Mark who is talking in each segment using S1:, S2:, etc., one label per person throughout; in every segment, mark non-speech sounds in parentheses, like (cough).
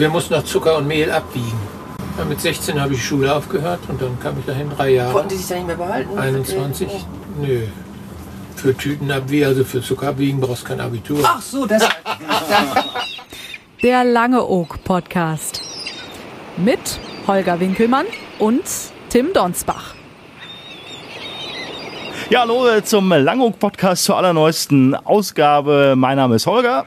S1: Wir mussten noch Zucker und Mehl abwiegen. Ja, Mit 16 habe ich Schule aufgehört und dann kam ich dahin drei Jahre.
S2: Konnten die sich da nicht mehr behalten?
S1: 21?
S2: Oh.
S1: Nö. Für Tüten abwiegen, also für Zucker abwiegen brauchst kein Abitur.
S2: Ach so, deshalb.
S3: Der Lange Oak Podcast. Mit Holger Winkelmann und Tim Donsbach.
S4: Ja, hallo äh, zum Langhoek-Podcast zur allerneuesten Ausgabe. Mein Name ist Holger.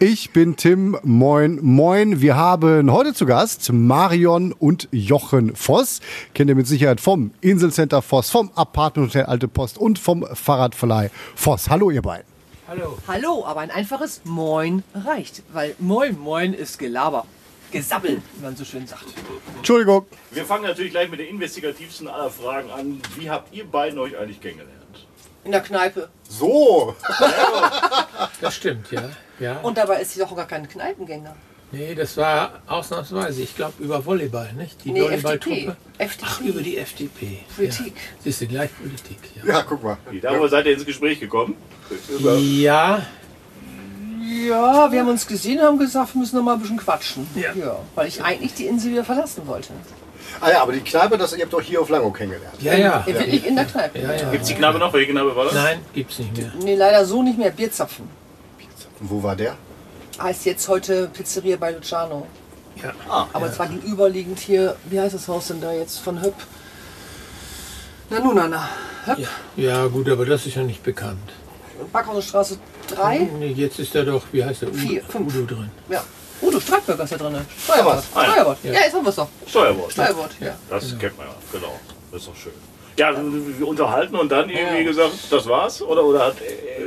S5: Ich bin Tim, moin, moin. Wir haben heute zu Gast Marion und Jochen Voss. Kennt ihr mit Sicherheit vom Inselcenter Voss, vom Apartmenthotel Alte Post und vom Fahrradverleih Voss. Hallo ihr beiden.
S1: Hallo.
S2: Hallo, aber ein einfaches Moin reicht, weil Moin Moin ist Gelaber. Gesabbel, wie man so schön sagt.
S5: Entschuldigung.
S6: Wir fangen natürlich gleich mit der investigativsten aller Fragen an. Wie habt ihr beiden euch eigentlich kennengelernt?
S2: In der Kneipe.
S5: So.
S1: Das stimmt, ja. ja.
S2: Und dabei ist sie doch gar kein Kneipengänger.
S1: Nee, das war ausnahmsweise, ich glaube, über Volleyball, nicht? Die
S2: Nee,
S1: Volleyballtruppe.
S2: FDP. FDP.
S1: Ach, über die FDP.
S2: Politik.
S1: Ja. Siehst du, gleich Politik, ja.
S5: Ja, guck mal.
S6: Wie, Darüber seid ihr ins Gespräch gekommen?
S1: Ja,
S2: Ja, wir haben uns gesehen und haben gesagt, wir müssen noch mal ein bisschen quatschen.
S1: Ja.
S2: Weil ich eigentlich die Insel wieder verlassen wollte.
S7: Ah ja, aber die Kneipe, das, ihr habt doch hier auf Lango kennengelernt.
S1: ja, ja.
S2: Wir wirklich in der Kneipe.
S1: ja, ja.
S6: Gibt es die Knabe noch? Welche Knabe war das?
S1: Nein, gibt's nicht mehr.
S2: Nee, leider so nicht mehr. Bierzapfen.
S7: Und wo war der?
S2: Heißt jetzt heute Pizzeria bei Luciano.
S1: Ja.
S2: Aber zwar gegenüberliegend hier, wie heißt das Haus denn da jetzt von Höpp? Na nun, na, na. Höpp,
S1: Ja. ja, gut, aber das ist ja nicht bekannt.
S2: Backhausenstraße 3.
S1: Nee, jetzt ist er doch, wie heißt der? Udo,
S2: Vier, fünf.
S1: Udo drin.
S2: Ja. Udo Streitbürger Oh, ist da drin. Steuerbord.
S6: Ah, ja.
S2: Steuerbord. Ja, jetzt haben wir es doch.
S6: Steuerbord.
S2: Steuerbord, ja.
S6: Das kennt man ja, genau. Das ist doch schön. Ja, also, wir unterhalten und dann irgendwie gesagt, das war's? Oder, oder hat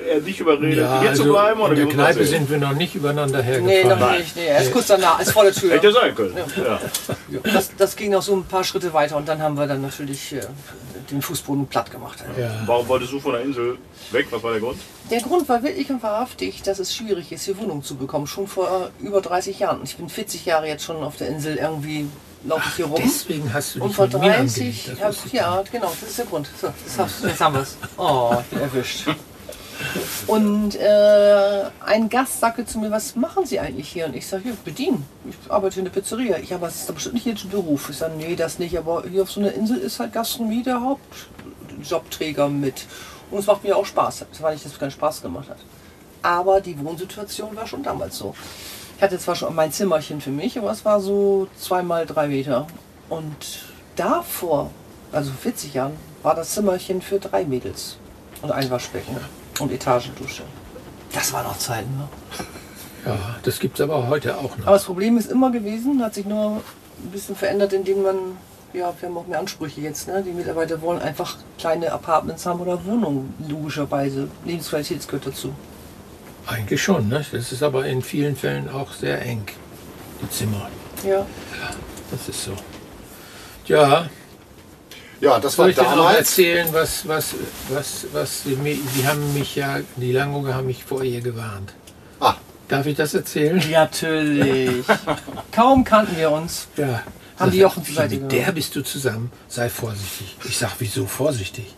S6: er dich überredet, hier zu bleiben?
S1: also
S6: Oder
S1: in der
S6: wie muss man
S1: Kneipe
S6: sehen?
S1: sind wir noch nicht übereinander
S2: Nee,
S1: hergefahren.
S2: noch nicht. Nee, er ist kurz danach, ist vor der Tür.
S6: Hätte sein können. Ja.
S2: Das, das ging noch so ein paar Schritte weiter und dann haben wir dann natürlich äh, den Fußboden platt gemacht.
S1: ja.
S6: Warum wolltest du von der Insel weg? Was war der Grund?
S2: Der Grund war wirklich und wahrhaftig, dass es schwierig ist, hier Wohnung zu bekommen. Schon vor über 30 Jahren. Ich bin 40 Jahre jetzt schon auf der Insel. Irgendwie laufe ich hier rum.
S1: Deswegen hast du dich
S2: Und Um vor
S1: mit mir angelegt,
S2: 30,
S1: das
S2: hab,
S1: wusste ich
S2: ja, genau, das ist der Grund. So, das hab, jetzt haben wir es. Oh, ich bin erwischt. (laughs) Und äh, ein Gast sagte zu mir, was machen Sie eigentlich hier? Und ich sage, ja, bedienen. Ich arbeite in der Pizzeria. Ich aber es ist doch bestimmt nicht jetzt ein Beruf. Ich sage, nee, das nicht. Aber hier auf so einer Insel ist halt Gastronomie der Hauptjobträger mit. Und es macht mir auch Spaß, weil ich das keinen Spaß gemacht hat. Aber die Wohnsituation war schon damals so. Ich hatte zwar schon mein Zimmerchen für mich, aber es war so zweimal drei Meter. Und davor, also vor 40 Jahren, war das Zimmerchen für drei Mädels. Und ein Waschbecken und Etagendusche. Das war noch Zeiten. Ne?
S1: Ja, das gibt's aber heute auch noch.
S2: Aber das Problem ist immer gewesen, hat sich nur ein bisschen verändert, indem man, ja, wir haben auch mehr Ansprüche jetzt. Ne? Die Mitarbeiter wollen einfach kleine Apartments haben oder Wohnungen, logischerweise. Lebensqualität das gehört dazu.
S1: Eigentlich schon, ne? Das ist aber in vielen Fällen auch sehr eng, die Zimmer.
S2: Ja.
S1: Das ist so. Ja,
S7: Ja, das war
S1: soll ich dir noch
S7: damals.
S1: erzählen, was, was, was, was, die, mi- die haben mich ja, die Langoge haben mich vor ihr gewarnt.
S7: Ah,
S1: Darf ich das erzählen?
S2: Natürlich. Kaum kannten wir uns.
S1: Ja.
S2: Haben
S1: Sagt
S2: die
S1: er,
S2: Jochen zur
S1: wie,
S2: Seite
S1: Mit
S2: genommen?
S1: der bist du zusammen, sei vorsichtig. Ich sag, wieso vorsichtig?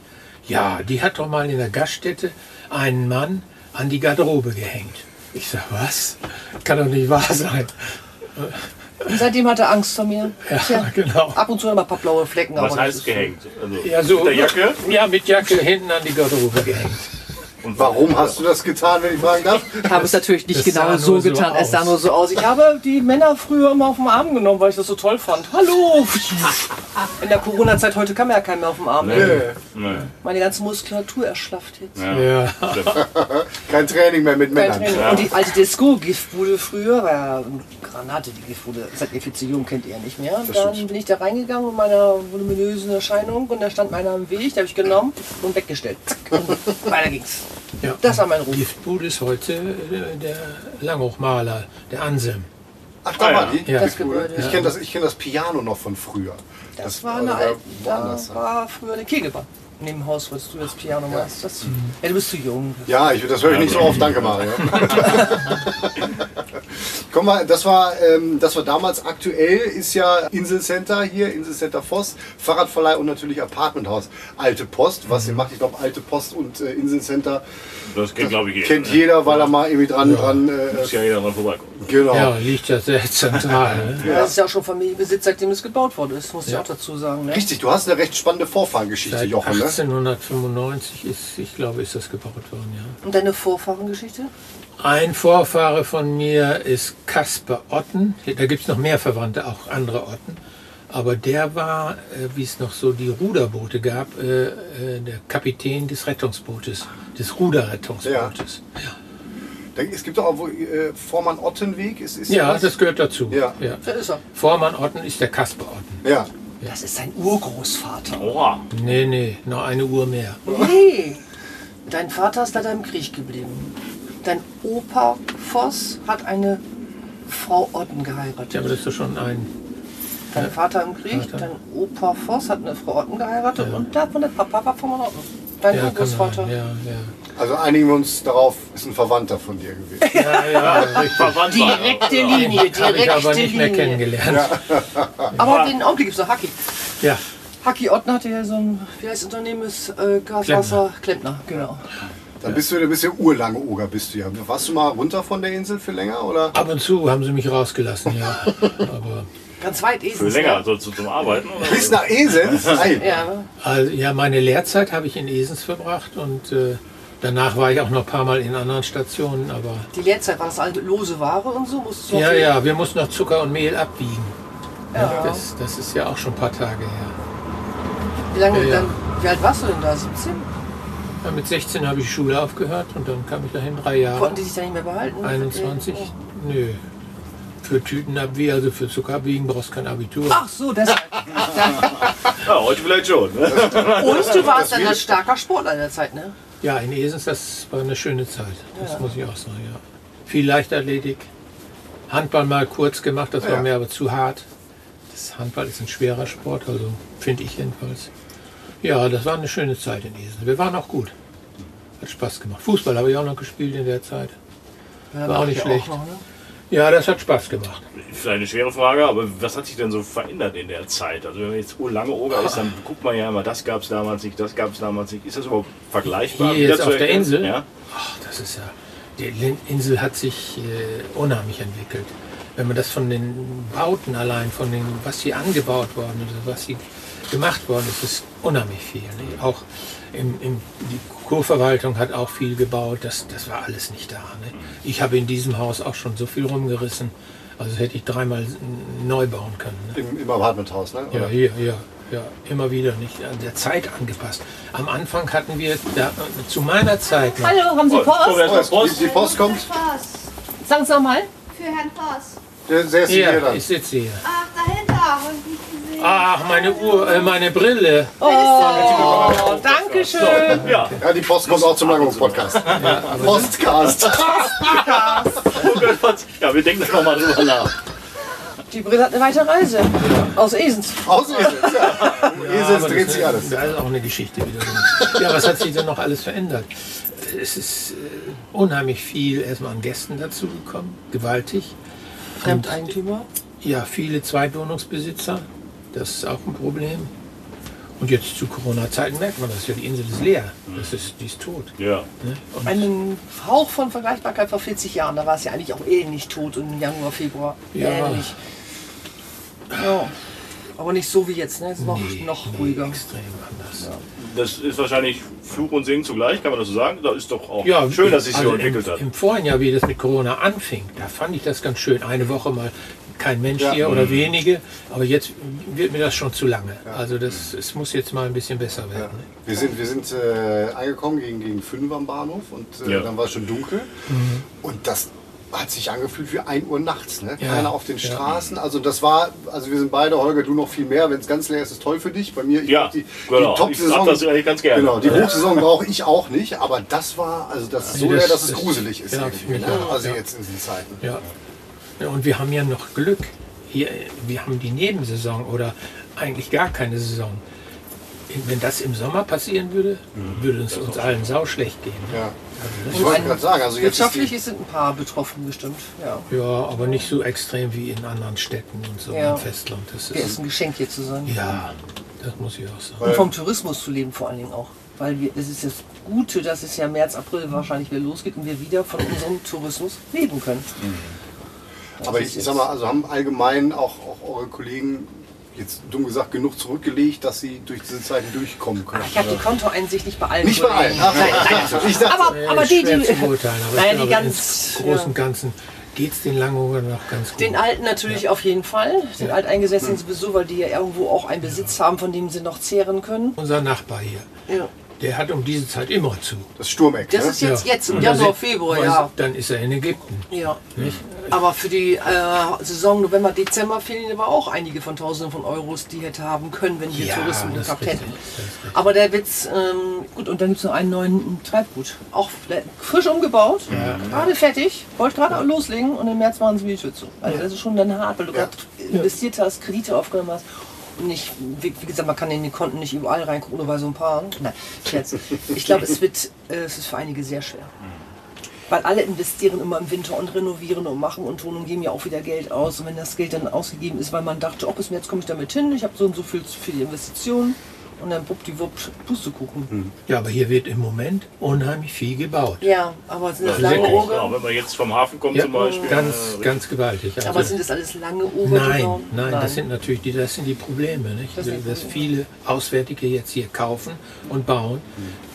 S1: Ja, die hat doch mal in der Gaststätte einen Mann an die Garderobe gehängt. Ich sag, was? Kann doch nicht wahr sein.
S2: Und seitdem hat er Angst vor mir.
S1: Ja, genau.
S2: Ab und zu immer ein paar blaue Flecken.
S6: Was
S2: aber das
S6: heißt
S2: ist-
S6: gehängt? Also,
S1: Ja, so.
S6: Mit der Jacke?
S1: Ja, mit Jacke hinten an die Garderobe gehängt.
S6: Und
S7: warum hast du das getan, wenn ich fragen darf?
S2: Ich habe es natürlich nicht
S1: Das sah
S2: genau
S1: nur
S2: so
S1: so
S2: getan. es sah
S1: aus.
S2: nur so aus. Ich habe die Männer früher immer auf den Arm genommen, weil ich das so toll fand. Hallo! In der Corona-Zeit heute kann mir ja keiner mehr auf den Arm. nehmen.
S6: Nee.
S2: Meine ganze Muskulatur erschlafft jetzt.
S1: Ja.
S7: Kein Training mehr mit
S2: Kein
S7: Männern.
S2: Training. Und die alte Disco-Giftbude früher war ja eine Granate, die Giftbude. Seit ihr viel zu jung kennt ihr ja nicht mehr. Und dann bin ich da reingegangen mit meiner voluminösen Erscheinung und da stand meiner am Weg, die habe ich genommen und weggestellt. Zack.
S7: (laughs)
S2: Und weiter ging's.
S1: ja.
S2: Das war mein Ruf.
S1: Giftbude ist heute äh, der Langhochmaler, der Anselm.
S7: Ach, da war die.
S1: Ja.
S2: Das Gebäude.
S7: Ich kenne das, ich kenn das Piano noch von früher.
S2: Das war
S7: also,
S2: eine alte, da
S7: woanders.
S2: war früher eine Kegelbahn. neben dem Haus, wo du jetzt Piano machst. Das,
S7: Mhm.
S2: ja, du bist zu jung.
S7: Ja, ich, das höre ich nicht so oft.
S1: (laughs)
S7: Danke, Mario. Komm mal, das war, ähm, das war damals aktuell, ist ja Inselcenter hier, Inselcenter Voss, Fahrradverleih und natürlich Apartmenthaus. Alte Post, was
S1: Mhm.
S7: ihr macht, ich glaube, Alte Post und äh, Inselcenter
S6: Das kennt, glaube ich, jeder.
S7: kennt
S6: ne?
S7: jeder, weil er mal irgendwie dran, dran,
S6: Muss
S7: äh,
S6: ja jeder dran vorbeikommen.
S7: genau.
S1: Ja, liegt ja sehr zentral. Ne?
S2: Ja. Das ist ja auch schon Familienbesitz, seitdem es gebaut wurde. Das muss ich auch dazu sagen. Ne?
S7: Richtig, du hast eine recht spannende Vorfahrgeschichte,
S1: Seit
S7: Jochen, ne?
S1: 1895 ist, ich glaube, ist das gebaut worden, ja.
S2: Und deine Vorfahrengeschichte?
S1: Ein Vorfahre von mir ist Kasper Otten. Da gibt es noch mehr Verwandte, auch andere Otten. Aber der war, äh, wie es noch so die Ruderboote gab, äh, äh, der Kapitän des Rettungsbootes, des Ruderrettungsbootes.
S7: Da- Es gibt doch auch wo, äh, Vormann Ottenweg, ist, ist
S1: Ja,
S7: das?
S1: das gehört dazu.
S7: Ja.
S2: Da ist er.
S1: Vormann Otten ist der Kasper Otten.
S7: Ja.
S2: Das ist sein Urgroßvater.
S6: Oha.
S1: Nee, nee, noch eine Uhr mehr.
S2: Nee. Dein Vater ist leider im Krieg geblieben. Dein Opa Voss hat eine Frau Otten geheiratet.
S1: Ja, aber das ist doch schon ein.
S2: Dein Vater im Krieg,
S1: Vater.
S2: dein Opa Voss hat eine Frau Otten geheiratet und davon der Papa war von Otten. Dein
S1: Ja, kann sein.
S2: Urgroßvater.
S1: Ja, ja.
S7: Also einigen wir uns darauf, ist ein Verwandter von dir gewesen.
S1: Ja, ja, richtig.
S6: Verwandt war er.
S2: Direkte Linie,
S1: Habe ich
S2: direkte
S1: aber nicht
S2: Linie.
S1: mehr kennengelernt.
S2: Aber den Onkel gibt es noch, Hacki.
S1: Ja.
S2: Hacki Otten hatte ja so ein, wie heißt das Unternehmen, ist äh, Gaswasser Klempner, genau.
S7: Dann bist du, dann bist du urlange Oger, bist du ja. Warst du mal runter von der Insel für länger oder?
S1: Ab und zu haben sie mich rausgelassen, ja. Aber
S2: Ganz weit
S6: Für
S2: Esens.
S6: länger,
S2: ne?
S6: so zu- zum Arbeiten. Oder?
S7: Bis nach
S1: (laughs)
S7: Esens? Nein.
S2: Ja,
S1: also, ja, meine Lehrzeit habe ich in Esens verbracht und äh, danach war ich auch noch ein paar Mal in anderen Stationen, aber
S2: die Lehrzeit war das alte lose Ware und so, musstest du noch
S1: ja,
S2: viel-
S1: ja, wir mussten noch Zucker und Mehl abwiegen.
S2: Ja.
S1: Das, das ist ja auch schon ein paar Tage her.
S2: Wie lange
S1: Ja, ja.
S2: dann, wie alt warst du denn da? 17?
S1: Ja, mit 16 habe ich Schule aufgehört und dann kam ich dahin drei Jahre.
S2: Konnten die dich da nicht mehr behalten?
S1: 21?
S2: Ja.
S1: Nö. Für Tüten abwiegen, also für Zucker abwiegen brauchst kein Abitur.
S2: Ach
S1: (laughs)
S2: so, deshalb.
S6: Ja, heute vielleicht schon. Ne?
S2: Und du warst dann ein starker Sportler in der Zeit, ne?
S1: Ja, in Esens, das war eine schöne Zeit. Das muss ich auch sagen, ja. Viel Leichtathletik. Handball mal kurz gemacht, das war mir aber zu hart. Das Handball ist ein schwerer Sport, also finde ich jedenfalls. Ja, das war eine schöne Zeit in Esens. Wir waren auch gut. Hat Spaß gemacht. Fußball habe ich auch noch gespielt in der Zeit.
S2: Ja,
S1: War auch
S2: mach
S1: nicht
S2: ich
S1: schlecht.
S2: noch, ne?
S1: Ja, das hat Spaß gemacht.
S6: Vielleicht eine schwere Frage, aber was hat sich denn so verändert in der Zeit? Also wenn man jetzt urlange Oger ist, dann guckt man ja immer, das gab es damals nicht, das gab es damals nicht. Ist das überhaupt vergleichbar?
S1: Hier
S6: wieder
S1: jetzt
S6: zu
S1: auf der
S6: erkennen?
S1: Insel?
S6: Ja.
S1: Ach, das ist ja. Die Lin- Insel hat sich äh, unheimlich entwickelt. Wenn man das von den Bauten allein, von dem, was hier angebaut worden ist, was hier gemacht worden ist, ist unheimlich viel. Ne? Auch im, im, die Kurverwaltung hat auch viel gebaut. Das, das war alles nicht da. Ne? Ich habe in diesem Haus auch schon so viel rumgerissen. Also hätte ich dreimal n- neu bauen können. Ne?
S7: Im, im Apartmenthaus, ne?
S1: Ja,
S7: Oder?
S1: hier, ja, ja, immer wieder nicht an der Zeit angepasst. Am Anfang hatten wir da, äh, zu meiner Zeit noch,
S2: Hallo, haben Sie
S6: Komm,
S2: Post?
S6: erst
S7: Oh,
S6: mal
S7: jetzt,
S6: Prost.
S7: die, die Post kommt.
S8: Voss.
S2: Sagen Sie nochmal.
S8: Für Herrn Voss.
S7: Der, der ist hier
S1: Ja,
S7: dann.
S1: ich sitze hier.
S8: Ach, dahinter. Hab ich nicht gesehen.
S1: Ach, meine Uhr, äh, meine Brille.
S2: Oh, danke schön.
S6: Ja,
S7: Ja, die Post kommt auch zum Langhoff-Podcast. Postcast.
S6: ja, wir denken da nochmal drüber nach.
S2: Die Brille hat eine weite Reise. Aus Esens.
S7: Aus Esens, ja. Um Esens
S1: Aber
S7: dreht
S1: das-
S7: sich alles.
S1: Da ist auch eine Geschichte wieder drin. Ja, was hat sich denn noch alles verändert? Es ist äh, unheimlich viel erstmal an Gästen dazugekommen, gewaltig.
S2: Fremdeigentümer.
S1: Ja, viele Zweitwohnungsbesitzer, das ist auch ein Problem. Und jetzt zu Corona-Zeiten merkt man das ja, die Insel ist leer. Das ist, die ist tot.
S6: Ja.
S1: Ne? Und
S2: Einen Hauch von Vergleichbarkeit vor 40 Jahren. Da war es ja eigentlich auch ähnlich tot im Januar, Februar.
S1: Ja.
S2: Ähnlich. Ja. Aber nicht so wie jetzt, ne? Ist noch, noch ruhiger.
S1: extrem anders.
S6: Das ist wahrscheinlich Fluch und Segen zugleich, kann man das so sagen? Da ist doch auch
S1: Ja,
S6: schön, dass sich so
S1: also
S6: entwickelt
S1: im,
S6: hat.
S1: Im vorigen Jahr, wie das mit Corona anfing, da fand ich das ganz schön. Eine Woche mal kein Mensch hier
S6: Mhm.
S1: oder wenige. Aber jetzt wird mir das schon zu lange. Also
S6: Mhm.
S1: das, es muss jetzt mal ein bisschen besser werden. ne?
S7: Wir sind, wir sind äh, angekommen gegen, gegen fünf am Bahnhof und äh,
S6: Ja.
S7: dann war es schon dunkel.
S1: Mhm.
S7: Und das hat sich angefühlt wie 1 Uhr nachts. Ne?
S1: Ja.
S7: Keiner auf den
S1: Ja.
S7: Straßen. Also das war, also wir sind beide, Holger, du noch viel mehr. Wenn es ganz leer ist, ist toll für dich. Bei mir, ich
S6: Ja,
S7: glaub, die,
S6: genau.
S7: die Top-Saison.
S6: Ich hab das eigentlich ganz gerne.
S7: Genau, die
S6: Ja.
S7: Hochsaison brauche ich auch nicht. Aber das war, also das ist so
S1: Nee, das-
S7: leer, dass es
S1: das-
S7: gruselig ist.
S1: ja,
S7: irgendwie, ne?
S1: finde ich auch,
S7: Also
S1: ja.
S7: jetzt in diesen Zeiten.
S1: Ja. ja. Und wir haben ja noch Glück. Hier, wir haben die Nebensaison oder eigentlich gar keine Saison. wenn das im Sommer passieren würde,
S6: Mhm.
S1: würde es uns allen sau schlecht gehen.
S7: Ja.
S1: Also
S7: Ich wollte gerade sagen, also jetzt ist
S2: Wirtschaftlich
S7: die,
S2: sind ein paar betroffen bestimmt. Ja.
S1: das, ja, aber nicht so extrem wie in anderen Städten und so
S2: Ja.
S1: im Festland. Das
S2: Der ist
S1: ist,
S2: ein Geschenk hier zu sein.
S1: ja, das muss ich auch sagen.
S2: Und um vom Tourismus zu leben vor allen Dingen auch. Weil wir, es ist das Gute, dass es ja März, April wahrscheinlich wieder losgeht und wir wieder von unserem Tourismus leben können.
S7: aber ich, ich sag mal, also haben allgemein auch, auch eure Kollegen jetzt dumm gesagt genug zurückgelegt, dass sie durch diese Zeiten durchkommen können.
S2: Ach, ich habe die Kontoeinsicht nicht bei allen.
S7: Nicht bei allen. Ach,
S2: Nein, nein.
S7: so. ich dachte,
S2: Aber, aber
S1: ist
S2: die,
S1: Äh, schwer
S2: (laughs) die,
S1: zu beurteilen, aber
S2: naja,
S1: ich
S2: die
S1: glaube,
S2: ganz,
S1: im
S2: ja,
S1: Großen und Ganzen geht es den Langhungern noch ganz gut.
S2: den Alten natürlich auf jeden Fall, den Alteingesessenen
S7: Hm.
S2: sowieso, weil die ja irgendwo auch einen Besitz haben, von dem sie noch zehren können.
S1: Unser Nachbar hier,
S2: Ja.
S1: der hat um diese Zeit immer zu.
S7: das Sturmeck.
S2: Das
S7: ne?
S2: ist jetzt, jetzt im
S1: Und da
S2: Januar,
S1: sind-
S2: Februar,
S1: weil-
S2: ja.
S1: Dann ist er in Ägypten.
S2: ja. Aber für die äh, Saison November, Dezember fehlen aber auch einige von Tausenden von Euros, die hätte haben können, wenn wir
S1: Ja,
S2: Touristen
S1: das ist
S2: gehabt
S1: richtig,
S2: hätten.
S1: das ist richtig.
S2: Aber der Witz, ähm, gut, und dann gibt es noch einen neuen Treibgut. Auch der- frisch umgebaut, gerade fertig, wollte gerade loslegen und im März waren sie wieder die Tür zu. Also das ist schon dann hart, weil du gerade investiert hast, Kredite aufgenommen hast. Und ich, wie, wie gesagt, man kann in die Konten nicht überall reingucken, nur bei so ein paar. Nein, Scherz. Ich glaube, es wird, äh, es ist für einige sehr schwer. Weil alle investieren immer im Winter und renovieren und machen und tun und geben ja auch wieder Geld aus. Und wenn das Geld dann ausgegeben ist, weil man dachte, ob es mir jetzt komme ich damit hin, ich habe so und so viel für die Investitionen und dann buppdiwupp, Pustekuchen.
S1: Ja, aber hier wird im Moment unheimlich viel gebaut.
S2: Ja, aber sind das
S1: Ja,
S2: lange
S1: wirklich.
S6: Genau,
S2: Ohren?
S6: wenn man jetzt vom Hafen kommt
S1: Ja,
S6: zum Beispiel.
S1: ganz,
S6: äh,
S1: ganz gewaltig. Also-
S2: Aber sind das alles lange Ohren?
S1: Nein,
S2: genau?
S1: nein, das sind natürlich die, das sind die Probleme, nicht? Das
S2: Das sind die
S1: dass
S2: Probleme.
S1: viele Auswärtige jetzt hier kaufen und bauen.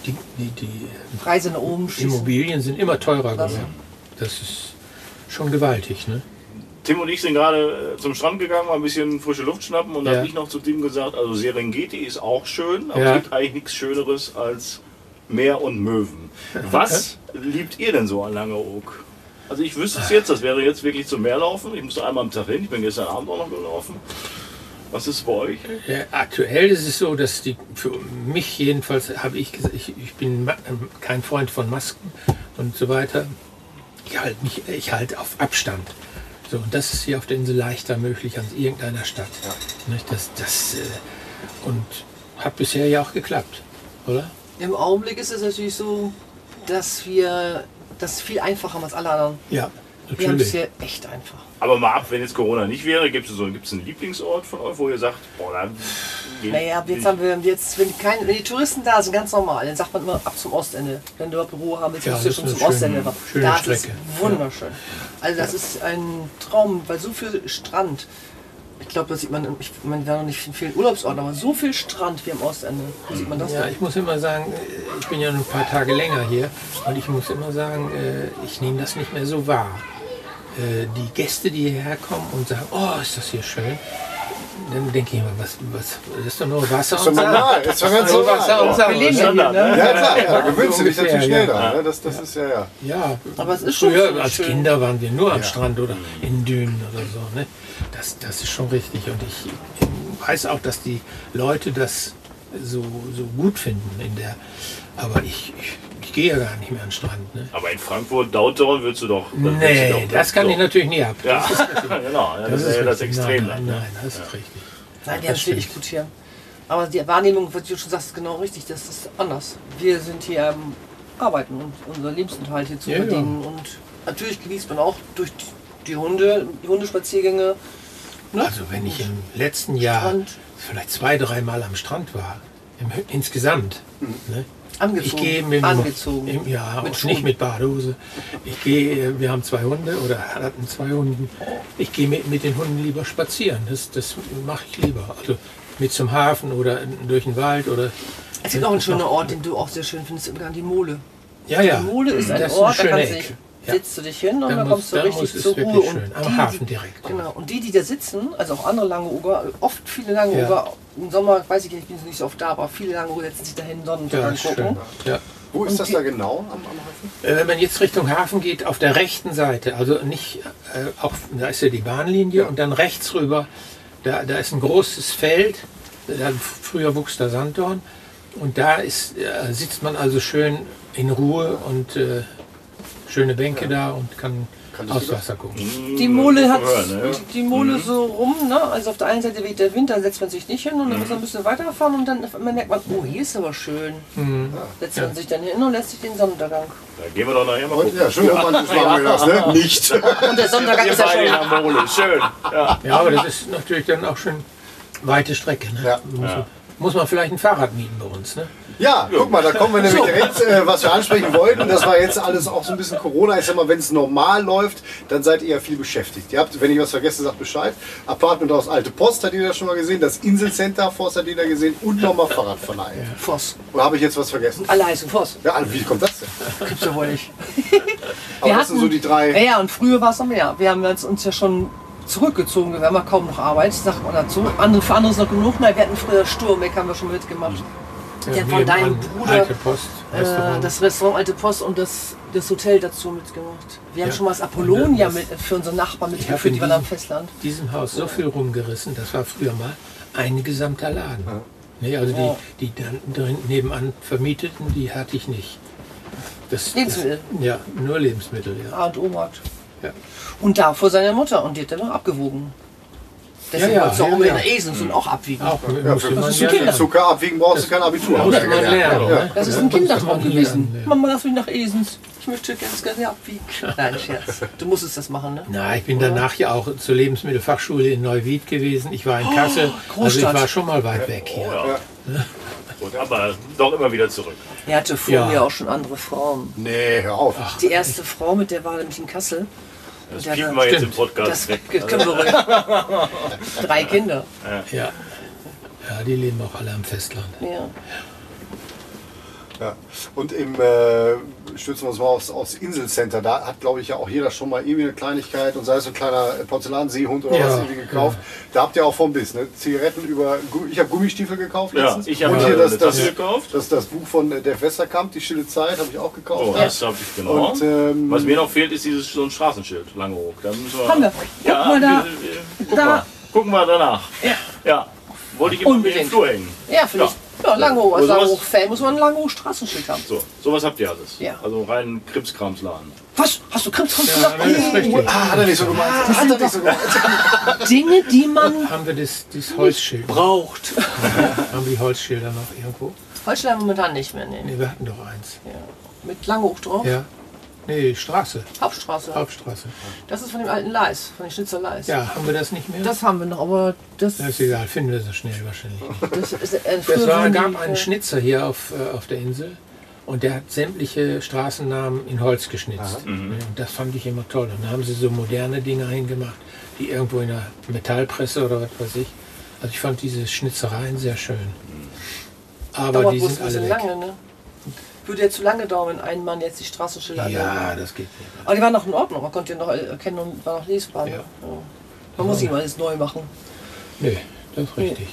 S1: Die, die, die
S2: Preise nach oben schießen.
S1: Immobilien sind immer teurer
S2: Das-
S1: geworden. Das ist schon gewaltig, ne?
S6: Tim und ich sind gerade äh, zum Strand gegangen, mal ein bisschen frische Luft schnappen und da
S1: Ja.
S6: habe ich noch zu Tim gesagt, also Serengeti ist auch schön, aber
S1: Ja.
S6: es gibt eigentlich nichts Schöneres als Meer und Möwen.
S1: (laughs)
S6: Was liebt ihr denn so an Langeoog? Also ich wüsste es jetzt, das wäre jetzt wirklich zum Meer laufen. Ich muss einmal am Tag hin, ich bin gestern Abend auch noch gelaufen. Was ist bei euch?
S1: Ja, aktuell ist es so, dass die, für mich jedenfalls, habe ich gesagt, ich, ich bin ma- ähm, kein Freund von Masken und so weiter. Ich halte mich, ich halte auf Abstand. So, und das ist hier auf der Insel leichter möglich als in irgendeiner Stadt. Nicht? Das, das, äh, und hat bisher ja auch geklappt, oder?
S2: Im Augenblick ist es natürlich so, dass wir das viel einfacher haben als alle anderen.
S1: Ja,
S2: Wir haben es
S1: natürlich.
S2: hier echt einfach.
S6: Aber mal ab, wenn jetzt Corona nicht wäre, gibt es so gibt's einen Lieblingsort von euch, wo ihr sagt, boah, dann geht
S2: Naja, ab jetzt haben wir jetzt, wenn, kein, wenn die Touristen da sind, ganz normal, dann sagt man immer ab zum Ostende. Wenn du ein Büro haben willst,
S1: Ja,
S2: musst du
S1: das
S2: schon
S1: ist
S2: zum
S1: eine
S2: Ostende
S1: schöne-
S2: ran.
S1: schöne
S2: das ist
S1: Strecke.
S2: wunderschön. Also das ist ein Traum, weil so viel Strand. Ich glaube, das sieht man, ich, man da noch nicht in vielen Urlaubsorten, aber so viel Strand wie am Ostende. Wo sieht man das
S1: Ja,
S2: denn?
S1: ich muss immer sagen, äh, ich bin ja nur ein paar Tage länger hier und ich muss immer sagen, äh, ich nehme das nicht mehr so wahr. Äh, Die Gäste, die hierher kommen und sagen, oh, ist das hier schön, dann denke ich immer, was, was, das ist doch nur Wasser
S7: ist doch
S1: und
S7: normal,
S1: Sand.
S7: ist doch ganz
S1: Nur Wasser
S7: normal.
S1: und Sand.
S2: Wir leben ja hier,
S6: Standard,
S2: ne?
S7: Ja, klar, ja, da gewöhnst
S1: so
S7: du dich natürlich
S1: ungefähr,
S7: schnell dran. Ne? Das, das ist ja, ja.
S1: Ja,
S2: Aber es ist schon
S1: früher
S2: so
S1: als
S2: schön.
S1: Kinder waren wir nur am Strand oder in Dünen oder so. Ne? Das, das ist schon richtig. Und ich weiß auch, dass die Leute das so, so gut finden in der. Aber ich, ich, ich gehe ja gar nicht mehr an den Strand. Ne?
S6: Aber in Frankfurt, Downtown würdest du doch. dann würdest du
S1: Nee,
S6: doch-
S1: das kann
S6: doch.
S1: ich natürlich nie ab.
S6: Ja, genau. Ja, das, ist ja das
S1: richtig.
S6: Extrem. ne?
S1: Nein, nein, nein das ist richtig.
S2: Nein, die
S1: Das
S2: haben es wirklich
S1: stimmt.
S2: gut hier. Aber die Wahrnehmung, was du schon sagst, ist genau richtig. Das ist anders. Wir sind hier am Arbeiten und unseren Lebensunterhalt hier zu
S1: Ja, ja.
S2: verdienen. Und natürlich genießt man auch durch die Hunde, die Hundespaziergänge. Ne?
S1: Also wenn ich im letzten Jahr
S2: Strand.
S1: vielleicht zwei, dreimal am Strand war, im, insgesamt.
S2: Mhm.
S1: Ne?
S2: angezogen.
S1: Ich gehe mit,
S2: angezogen.
S1: Im, ja,
S2: mit
S1: mit nicht mit Badehose. Ich gehe, wir haben zwei Hunde oder hatten zwei Hunden. Ich gehe mit, mit den Hunden lieber spazieren. Das, das mache ich lieber. Also mit zum Hafen oder durch den Wald oder.
S2: Es gibt auch einen schönen Ort, den du auch sehr schön findest, im Garten, die Mole.
S1: Ja, ja.
S2: Die Mole ist ein
S1: das
S2: Ort,
S1: ist eine
S2: da
S1: schöne
S2: kannst du dich,
S1: Ecke. Ja.
S2: sitzt du dich hin und
S1: Da
S2: dann
S1: muss-
S2: kommst du
S1: da muss-
S2: richtig
S1: ist
S2: zur
S1: wirklich
S2: Ruhe. Und
S1: schön. Am Hafen direkt.
S2: Genau. Und die, die da sitzen, also auch andere lange Uger, oft viele lange
S1: Ja.
S2: Uger, im Sommer weiß ich nicht, ich bin nicht so oft da, aber viele lange Uger setzen sich da hin,
S1: Ja,
S2: Sonnenuntergang
S1: ist schön.
S2: gucken.
S1: Ja.
S7: Wo ist das da genau am, am Hafen?
S1: Äh, Wenn man jetzt Richtung Hafen geht, auf der rechten Seite, also nicht, äh, auf, da ist ja die Bahnlinie und dann rechts rüber, da, da ist ein großes Feld, da, früher wuchs da Sanddorn und da ist, äh, sitzt man also schön in Ruhe und äh, schöne Bänke da und kann, aus dem Wasser gucken.
S2: Die Mole hat
S6: Hören, ja.
S2: die Mole so rum, ne? Also auf der einen Seite weht der Wind, dann setzt man sich nicht hin und
S1: Mhm.
S2: dann muss man ein bisschen weiterfahren und dann auf einmal merkt man, oh, hier ist aber schön.
S1: Mhm.
S2: Setzt man sich dann hin und lässt sich den Sonnenuntergang.
S6: Da gehen wir doch nachher mal
S7: Und,
S6: gucken.
S7: ja, schön romantisch machen wir das, (laughs) ne? Nicht.
S2: Und der Sonnenuntergang
S6: Ihr
S2: ist ja
S6: beide in
S2: schön.
S6: der Mole, schön. Ja.
S1: Ja, aber das ist natürlich dann auch schon weite Strecke. Ne?
S7: Ja.
S1: Muss, Man, muss man vielleicht ein Fahrrad mieten bei uns. Ne?
S7: Ja, guck mal, da kommen wir nämlich direkt, äh, was wir ansprechen wollten. Das war jetzt alles auch so ein bisschen Corona. Ich sag mal, wenn es normal läuft, dann seid ihr ja viel beschäftigt. Ihr habt, wenn ich was vergesse, sagt Bescheid. Apartment aus Alte Post hat jeder schon mal gesehen, das Inselcenter Forst hat jeder gesehen und nochmal Fahrradverleih.
S2: Voss.
S7: Oder habe ich jetzt was vergessen?
S2: Alle heißen Voss.
S7: Ja, wie kommt das denn?
S2: Gibt's ja wohl nicht.
S7: Aber das sind so die
S2: Ja,
S7: drei.
S2: ja, und früher war es noch mehr. Wir haben jetzt uns ja schon zurückgezogen, wir haben ja kaum noch Arbeit, sagt man dazu. Andere, für andere ist noch genug. Nein, wir hatten früher Sturmbeck, haben wir schon mitgemacht.
S1: Mhm. Äh,
S2: Der von deinem
S1: nebenan
S2: Bruder.
S1: Alte Post,
S2: Äh,
S1: Restaurant.
S2: das Restaurant Alte Post und das, das Hotel dazu mitgemacht. Wir haben
S1: Ja.
S2: schon mal das Apollonia
S1: Und das-
S2: mit, für unseren Nachbarn
S1: Ich hab
S2: mitgeführt,
S1: in
S2: die waren am
S1: diesem-
S2: Festland.
S1: diesem Haus so viel rumgerissen, das war früher mal ein gesamter Laden. Nee, also
S2: Ja.
S1: die, die dann drin- nebenan vermieteten, die hatte ich nicht. Das,
S2: Lebensmittel?
S1: Das, ja, nur Lebensmittel, ja.
S2: A Ah, und O-Markt.
S1: ja.
S2: Und da vor seiner Mutter und die hat dann noch abgewogen. Deswegen
S1: ja,
S2: wolltest du
S1: ja,
S2: auch mit
S1: ja. Mhm.
S2: der Esens und auch abwiegen.
S1: Auch musste
S7: für-
S1: man
S2: ist ein
S1: ja
S2: Kind?
S1: lernen.
S7: Zucker abwiegen brauchst du kein Abitur.
S1: Musste man lernen.
S7: Ja.
S1: ne?
S2: Das ist
S1: Ja, man
S2: ein
S1: muss das
S2: Kindertraum
S1: auch
S2: gewesen.
S1: lernen, ja.
S2: Mama, lass mich nach Esens. Ich möchte ganz gerne abwiegen. Nein, Scherz. Du musstest das machen, ne?
S1: Na, ich bin danach ja auch zur Lebensmittelfachschule in Neuwied gewesen. Ich war in Kassel. also ich
S2: Oh, Großstadt.
S1: war schon mal weit weg hier.
S6: Gut, aber doch immer wieder zurück.
S2: Er hatte vor
S1: Ja.
S2: mir auch schon andere Frauen.
S7: Nee, hör auf.
S2: Die erste Frau, mit der war nämlich in Kassel.
S6: Das
S2: Ja,
S6: piepen
S2: das
S6: wir jetzt im
S1: stimmt.
S6: Podcast
S2: Das
S6: weg.
S2: können wir ruhig. Drei Kinder.
S1: Ja. ja, die leben auch alle am Festland.
S2: Ja.
S7: Ja. Und im, äh, stützen wir uns mal aufs, aufs Inselcenter, da hat, glaube ich, ja auch jeder schon mal irgendwie eine Kleinigkeit und sei es so ein kleiner Porzellanseehund oder
S1: Ja,
S7: was irgendwie gekauft. Da habt ihr auch vom Biss, ne? Zigaretten über, Gu- ich habe Gummistiefel gekauft
S6: Ja,
S7: letztens.
S6: ich habe
S7: und
S6: eine
S7: hier das, das,
S6: Tasse gekauft.
S7: Das, das Buch von äh, Def Westerkamp, Die stille Zeit, habe ich auch
S6: Oh,
S7: gekauft.
S6: das hab ich genau.
S7: Und, ähm,
S6: Was mir noch fehlt, ist dieses so ein Straßenschild, Langeoog. Da müssen wir.
S2: Haben wir. Guck
S6: Ja,
S2: mal da.
S6: wir- wir- guck
S2: Da.
S6: mal. Gucken wir danach.
S2: Ja.
S6: Ja. Wollte ich immer mit dem
S2: Unbedingt.
S6: Flur hängen.
S2: Ja, vielleicht. Ja, Langhoch.
S1: Also
S2: Als
S6: Oder sowas.
S2: Langhoch-Fan muss man ein Langhoch-Straßenschild haben.
S6: So, sowas habt ihr alles.
S2: Ja.
S6: Also rein Krimskramsladen.
S2: Was? Hast du Krebs? Hast du gesagt?
S1: richtig.
S7: Ah, hat er nicht so gemeint. Hat er nicht so gemeint.
S2: Dinge, die man
S1: Haben wir das, das Holzschild?
S2: braucht.
S1: (laughs) Haben wir die Holzschilder noch irgendwo?
S2: Holstein momentan nicht mehr, nee.
S1: Nee, wir hatten doch eins.
S2: Ja. Mit Langhoch drauf.
S1: Ja. Nee, Straße,
S2: Hauptstraße.
S1: Hauptstraße.
S2: Das ist von dem alten Leis, von dem Schnitzer Leis.
S1: Ja, haben wir das nicht mehr?
S2: Das haben wir noch, aber das,
S1: Das ist egal, finden wir so schnell wahrscheinlich.
S2: das ist äh, früher
S1: Es war,
S2: waren die-
S1: gab einen Schnitzer hier auf, äh, auf der Insel und der hat sämtliche Straßennamen in Holz geschnitzt.
S2: Mhm.
S1: Und das fand ich immer toll. Und da haben sie so moderne Dinge hingemacht, die irgendwo in der Metallpresse oder was weiß ich. Also ich fand diese Schnitzereien sehr schön. Aber
S2: Mhm. Dauert
S1: die
S2: bloß
S1: sind
S2: ein
S1: alle
S2: bisschen
S1: weg.
S2: lange, ne? Würde ja zu lange dauern, wenn ein Mann jetzt die Straßenschilder anlegt.
S1: Ja, das geht nicht.
S2: Aber die waren noch in Ordnung, man konnte die noch erkennen und war noch lesbar. Ne?
S1: Ja.
S2: Ja. Man muss nicht mal alles neu machen.
S1: Nö, das ist richtig.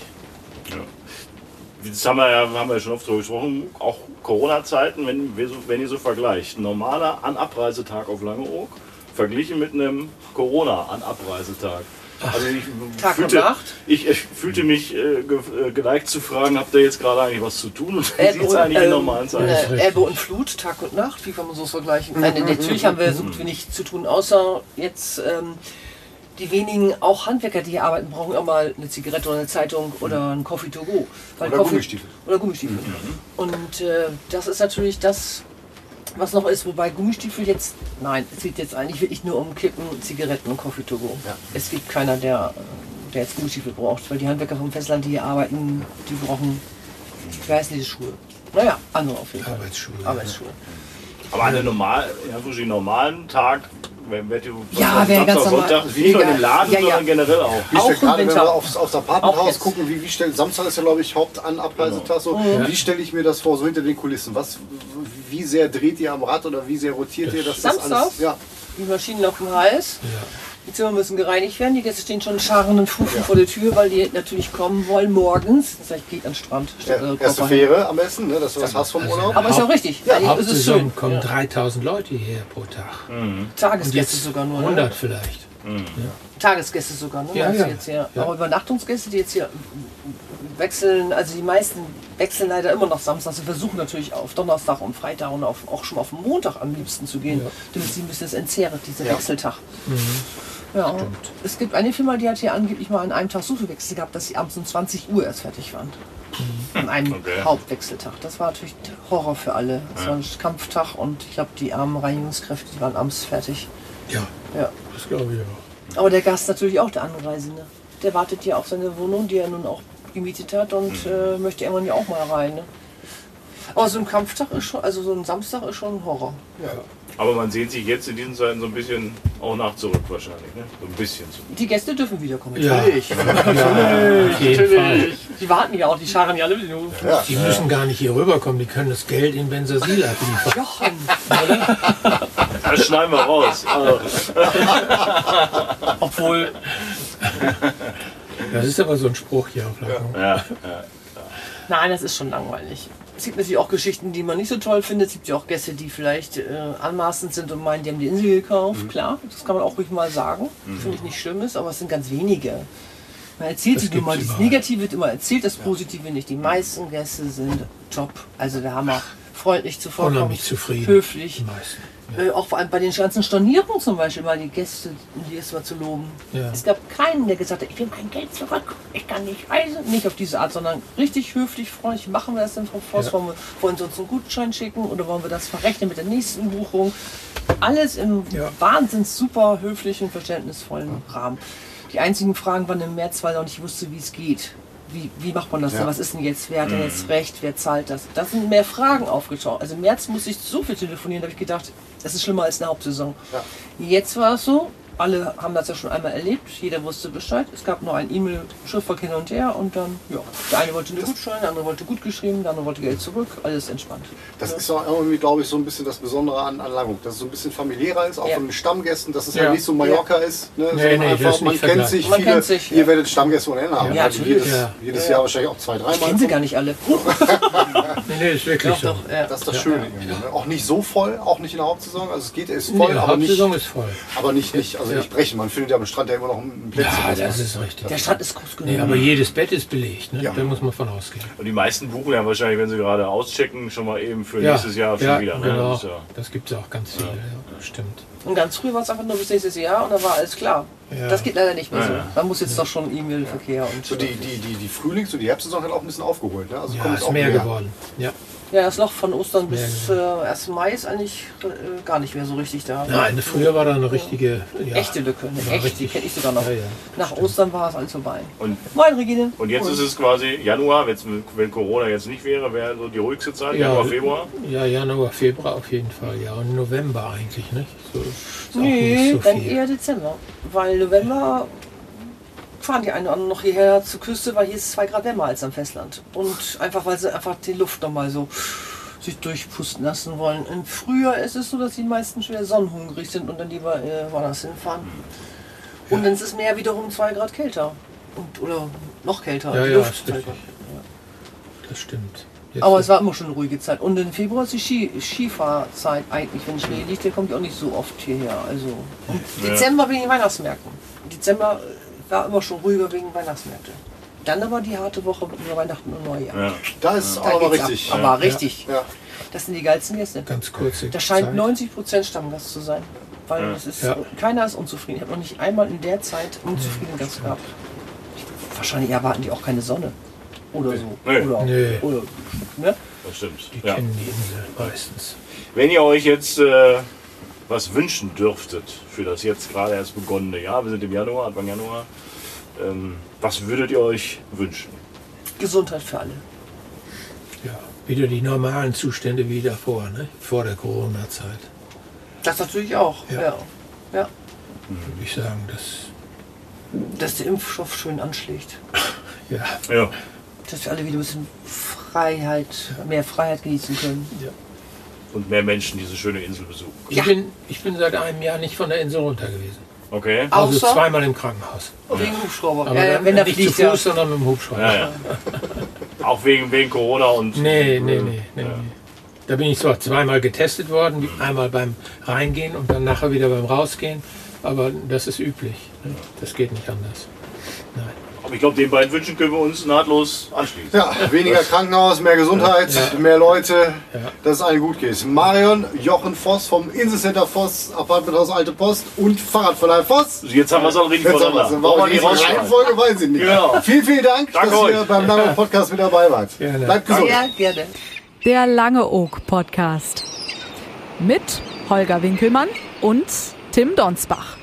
S6: Das haben wir ja, haben wir ja schon oft drüber gesprochen, auch Corona-Zeiten, wenn, wir so, wenn ihr so vergleicht. Ein normaler Anabreisetag auf Langeoog verglichen mit einem Corona-Anabreisetag. Also ich
S2: Tag und
S6: fühlte,
S2: Nacht?
S6: ich, ich fühlte mich äh, ge, äh, geneigt zu fragen, habt ihr jetzt gerade eigentlich was zu tun? Und wie
S2: Ebbe
S6: sieht es
S2: und-
S6: eigentlich in
S2: ähm,
S6: normalen Zeiten?
S1: Das ist
S2: Äh,
S1: richtig. Mhm.
S2: Ebbe und Flut, Tag und Nacht, wie kann man sowas vergleichen? Nein, natürlich haben wir so gut wie nichts zu tun, außer jetzt ähm, die wenigen, auch Handwerker, die hier arbeiten, brauchen immer mal eine Zigarette oder eine Zeitung oder ein Coffee to go. Weil
S7: Oder
S2: Coffee-
S7: Gummistiefel.
S2: Oder Gummistiefel.
S1: Mhm.
S2: Und äh, das ist natürlich das, was noch ist, wobei Gummistiefel jetzt, nein, es geht jetzt eigentlich wirklich nur um Kippen, Zigaretten und Coffee to go. Es gibt keiner, der, äh, der jetzt Gummistiefel braucht, weil die Handwerker vom Festland, die hier arbeiten, die brauchen, ich weiß nicht, Schuhe. Naja, andere auf jeden Fall.
S1: Arbeitsschuhe, ja.
S2: Arbeitsschuhe.
S6: Aber an einem normal, in Anführungsstrichen normalen Tag, wenn wenn ihr
S2: Ja, wäre ganz normal.
S6: Sonntag, wie nur
S2: Egal.
S6: im Laden,
S2: Ja, ja.
S6: sondern generell auch.
S7: Wie
S2: Auch
S7: stellt
S2: im
S7: gerade, wenn
S2: Winter.
S7: wir aufs, aufs
S2: Auch
S7: Apartmenthaus
S2: jetzt.
S7: gucken, wie, wie stellt, Samstag ist ja, glaube ich, Hauptanabreisetag. So.
S2: Mhm.
S7: Wie stelle ich mir das vor, so hinter den Kulissen? Was, wie sehr dreht ihr am Rad oder wie sehr rotiert ihr das? das
S2: Samstags?
S7: alles? Ja.
S2: Die Maschinen laufen heiß. Die Zimmer müssen gereinigt werden. Die Gäste stehen schon in Scharen und Fufen
S7: Ja.
S2: vor der Tür, weil die natürlich kommen wollen morgens. Das heißt, geht an den Strand. statt
S7: Ja,
S2: eure
S7: erste
S2: Koffer hin.
S7: Fähre am besten, ne, dass du was hast vom Urlaub.
S2: Aber Äh, ist ja auch richtig. Ja, es ist
S1: Hauptsaison
S2: schön.
S1: kommen
S2: Ja.
S1: 3000 Leute hierher pro Tag. Und
S2: Tagesgäste
S1: jetzt
S2: sogar nur. ne?
S1: 100 vielleicht.
S2: Tagesgäste sogar, ne?
S1: Ja,
S2: Also
S1: ja.
S2: Jetzt hier.
S1: Ja.
S2: Aber Übernachtungsgäste, die jetzt hier wechseln, also die meisten wechseln leider immer noch samstags. Wir versuchen natürlich auf Donnerstag und Freitag und auf, auch schon auf Montag am liebsten zu gehen, damit sie ein bisschen das entzehrt, dieser Wechseltag.
S1: Mhm.
S2: Ja, und es gibt eine Firma, die hat hier angeblich mal an einem Tag so viel Wechsel gehabt, dass sie abends um 20 Uhr erst fertig waren.
S1: Mhm.
S2: An einem
S6: Okay.
S2: Hauptwechseltag. Das war natürlich Horror für alle. Es war ein Kampftag und ich glaube, die armen Reinigungskräfte die waren abends fertig.
S1: Ja,
S2: Ja.
S1: das glaube ich auch.
S2: Aber der Gast natürlich auch, der Anreisende. Der wartet hier auf seine Wohnung, die er nun auch gemietet hat und äh, möchte irgendwann ja auch mal rein. Ne? Aber so ein Kampftag ist schon, also so ein Samstag ist schon ein Horror.
S6: Aber man sehnt sich jetzt in diesen Zeiten so ein bisschen auch nach zurück wahrscheinlich. Ne? So ein bisschen zurück.
S2: Die Gäste dürfen wiederkommen.
S1: Ja.
S2: (laughs) Natürlich.
S1: Ja, auf jeden Fall.
S2: Die warten ja auch, die scharen ja alle wieder.
S1: Die müssen gar nicht hier rüberkommen, die können das Geld in Bensasil abliefern.
S2: Jochen,
S6: Das schneiden
S1: (laughs)
S6: wir raus. Also,
S2: obwohl
S1: Das ist aber so ein Spruch hier auf Lackung.
S2: Nein, das ist schon langweilig. Es gibt natürlich auch Geschichten, die man nicht so toll findet. Es gibt ja auch Gäste, die vielleicht äh, anmaßend sind und meinen, die haben die Insel gekauft.
S1: Mhm.
S2: Klar, das kann man auch ruhig mal sagen. Finde ich nicht schlimm ist, aber es sind ganz wenige. Man erzählt
S1: Das
S2: sich nur mal,
S1: gibt's
S2: das
S1: überall.
S2: Negative wird immer erzählt, das Positive nicht. Die meisten Gäste sind top. Also der Hammer. Freundlich zuvorkommend.
S1: Unheimlich zufrieden. Mhm.
S2: Höflich.
S1: Die meisten.
S2: Äh, auch vor allem bei den ganzen Stornierungen zum Beispiel, mal die Gäste, um die erstmal zu loben.
S1: Ja.
S2: Es gab keinen, der gesagt hat, ich will mein Geld zurück, ich kann nicht reisen. Nicht auf diese Art, sondern richtig höflich, freundlich, machen wir das denn, Frau Voss,
S1: Ja.
S2: wollen wir wollen Sie uns einen Gutschein schicken oder wollen wir das verrechnen mit der nächsten Buchung? Alles im
S1: Ja.
S2: wahnsinns super höflichen, verständnisvollen Rahmen. Die einzigen Fragen waren im März, weil er nicht wusste, wie es geht. Wie, wie macht man das denn? Was ist denn jetzt? Wer hat denn jetzt recht? Wer zahlt das? Da sind mehr Fragen aufgetaucht. Also im März musste ich so viel telefonieren, da habe ich gedacht, das ist schlimmer als eine Hauptsaison. Jetzt war es so, alle haben das ja schon einmal erlebt, jeder wusste Bescheid. Es gab nur ein E-Mail-Schriftverkehr hin und her und dann, ja, der eine wollte eine Gutschein, der andere wollte gut geschrieben, der andere wollte Geld zurück, alles entspannt.
S7: Das ist auch irgendwie, glaube ich, so ein bisschen das Besondere an Anlagung, dass es so ein bisschen familiärer ist, auch
S2: Ja.
S7: von den Stammgästen, dass es
S1: Ja.
S7: halt nicht so Mallorca ist. Ne? sondern
S1: nee, das ist
S7: man
S1: nicht
S7: kennt sich,
S2: Man
S7: viele,
S2: kennt sich, ja.
S7: ihr werdet Stammgäste ohne Ende haben.
S2: Ja,
S7: also
S2: natürlich.
S7: jedes,
S1: Ja.
S7: jedes Jahr wahrscheinlich auch zwei,
S2: Ich kenne sie
S7: dreimal.
S2: gar nicht alle.
S1: Nee, nee, ist wirklich
S2: Doch,
S1: so.
S2: doch, ja.
S7: Das ist das Schöne irgendwie. Ne? Auch nicht so voll, auch nicht in der Hauptsaison. Also es geht, es ist voll,
S1: die
S7: aber nicht,
S1: Hauptsaison ist voll.
S7: aber nicht, nicht, also nicht brechen. Man findet ja am Strand ja immer noch ein Plätzchen.
S1: Ja, das ist richtig.
S2: Der Strand Ah, ist Mhm. groß genug.
S1: Nee, aber jedes Bett ist belegt, ne?
S7: Ja.
S1: da muss man von ausgehen.
S6: und die meisten buchen ja wahrscheinlich, wenn sie gerade auschecken, schon mal eben für nächstes Jahr schon
S1: ja,
S6: wieder. Ne?
S1: Genau.
S6: Das ist ja-
S1: Das gibt es auch ganz viele, ja. stimmt.
S2: Und ganz früh war es einfach nur bis nächstes Jahr und dann war alles klar.
S1: Ja.
S2: Das geht leider nicht mehr so. Man muss jetzt doch schon E-Mail-Verkehr und
S7: So die, die, die, die Frühlings- und die Herbstsaison hat auch ein bisschen aufgeholt. Ne? Also
S1: Ja,
S7: kommt
S1: ist
S7: auch
S1: mehr geworden. Ja.
S2: äh, Ja, das Loch von Ostern bis äh, 1. Mai ist eigentlich äh, gar nicht mehr so richtig da.
S1: Nein, früher war da eine richtige. Ja.
S2: Echte Lücke, eine
S1: Ja,
S2: echte, die
S1: richtig.
S2: kenne ich sogar noch.
S1: Ja, ja.
S2: Nach Ostern war es alles vorbei.
S6: Und,
S2: Moin, Regine.
S6: und jetzt ist es quasi Januar, jetzt, wenn Corona jetzt nicht wäre, wäre so die ruhigste Zeit,
S1: Ja.
S6: Januar, Februar.
S1: Ja, Januar, Februar auf jeden Fall, ja. Und November eigentlich, nicht? So, ist auch
S2: Nee,
S1: nicht so
S2: dann
S1: viel.
S2: eher Dezember. Weil November fahren die einen oder anderen noch hierher zur Küste, weil hier ist es 2 Grad wärmer als am Festland. Und einfach, weil sie einfach die Luft nochmal so sich durchpusten lassen wollen. Im Frühjahr ist es so, dass die meisten schwer sonnenhungrig sind und dann lieber äh, woanders hinfahren. Und dann ist es mehr wiederum 2 Grad kälter. Und, oder noch kälter.
S1: Ja,
S2: die
S1: ja,
S2: Luft
S1: ist
S2: ist halt-
S1: richtig. Das stimmt. Jetzt
S2: aber
S1: ist-
S2: es war immer schon eine ruhige Zeit. Und im Februar ist die Ski Skifahrzeit eigentlich, wenn Schnee liegt, der kommt ja auch nicht so oft hierher. Also Und Dezember wegen den Weihnachtsmärkten. Dezember äh, war immer schon ruhiger wegen Weihnachsmärkte. Dann aber die harte Woche über Weihnachten und Neujahr.
S6: Ja.
S7: Da ist es
S2: Da
S7: auch aber
S2: geht's ab.
S7: richtig.
S2: Aber richtig.
S7: Ja.
S2: Das sind die geilsten Gäste.
S1: ganz kurze.
S2: Da scheint
S1: Zeit.
S2: 90 Prozent Stammgast zu sein. Weil das ist,
S1: Ja.
S2: keiner ist unzufrieden. Ich habe noch nicht einmal in der Zeit einen unzufriedenen Gast gehabt. Ich, wahrscheinlich erwarten die auch keine Sonne. Oder so.
S6: Nee.
S2: Oder,
S1: Nee.
S2: oder ne?
S6: Das stimmt.
S1: Die
S6: Ja.
S1: kennen die Insel meistens.
S6: Wenn ihr euch jetzt äh, was wünschen dürftet für das jetzt gerade erst begonnene Jahr, wir sind im Januar, Anfang Januar, ähm, was würdet ihr euch wünschen?
S2: Gesundheit für alle.
S1: Ja. Wieder die normalen Zustände wie davor, ne? Vor der Corona-Zeit.
S2: Das natürlich auch,
S1: Ja.
S2: ja. ja.
S1: Würde ich sagen, das.
S2: Dass der Impfstoff schön anschlägt.
S1: Ja.
S6: Ja.
S2: Dass wir alle wieder ein bisschen Freiheit, mehr Freiheit genießen können.
S6: Und mehr Menschen diese schöne Insel besuchen.
S1: Ich, bin, ich bin seit einem Jahr nicht von der Insel runter gewesen.
S6: Okay?
S1: Also
S2: Außer
S1: zweimal im Krankenhaus.
S2: wegen Hubschrauber.
S1: Aber
S2: Äh,
S1: dann
S2: wenn der
S1: nicht zu
S2: fliegt, ja.
S1: Fuß, sondern mit dem Hubschrauber.
S6: Ja, ja. Auch wegen, wegen Corona und.
S1: Nee, nee, nee. nee, nee. Da bin ich zwar zweimal getestet worden, wie- einmal beim Reingehen und dann nachher wieder beim Rausgehen, aber das ist üblich. ne? Das geht nicht anders. Nein.
S6: Aber ich glaube, den beiden Wünschen können wir uns nahtlos anschließen.
S7: Ja, weniger Krankenhaus, mehr Gesundheit, mehr Leute, dass es allen gut geht. Marion Jochen Voss vom Inselcenter Voss, Apartmenthaus Alte Post und Fahrradverleih Voss.
S6: Also Jetzt haben wir es auch richtig
S7: Jetzt haben wir es.
S6: voneinander.
S7: Dann brauchen wir die Reihenfolge, weiß ich nicht.
S6: Genau.
S7: Vielen, vielen Dank,
S6: Danke
S7: dass ihr
S6: euch.
S7: beim Langen Podcast mit dabei wart.
S1: Gerne.
S7: Bleibt gesund.
S2: Sehr gerne.
S3: Der Lange Oak Podcast. Mit Holger Winkelmann und Tim Donsbach.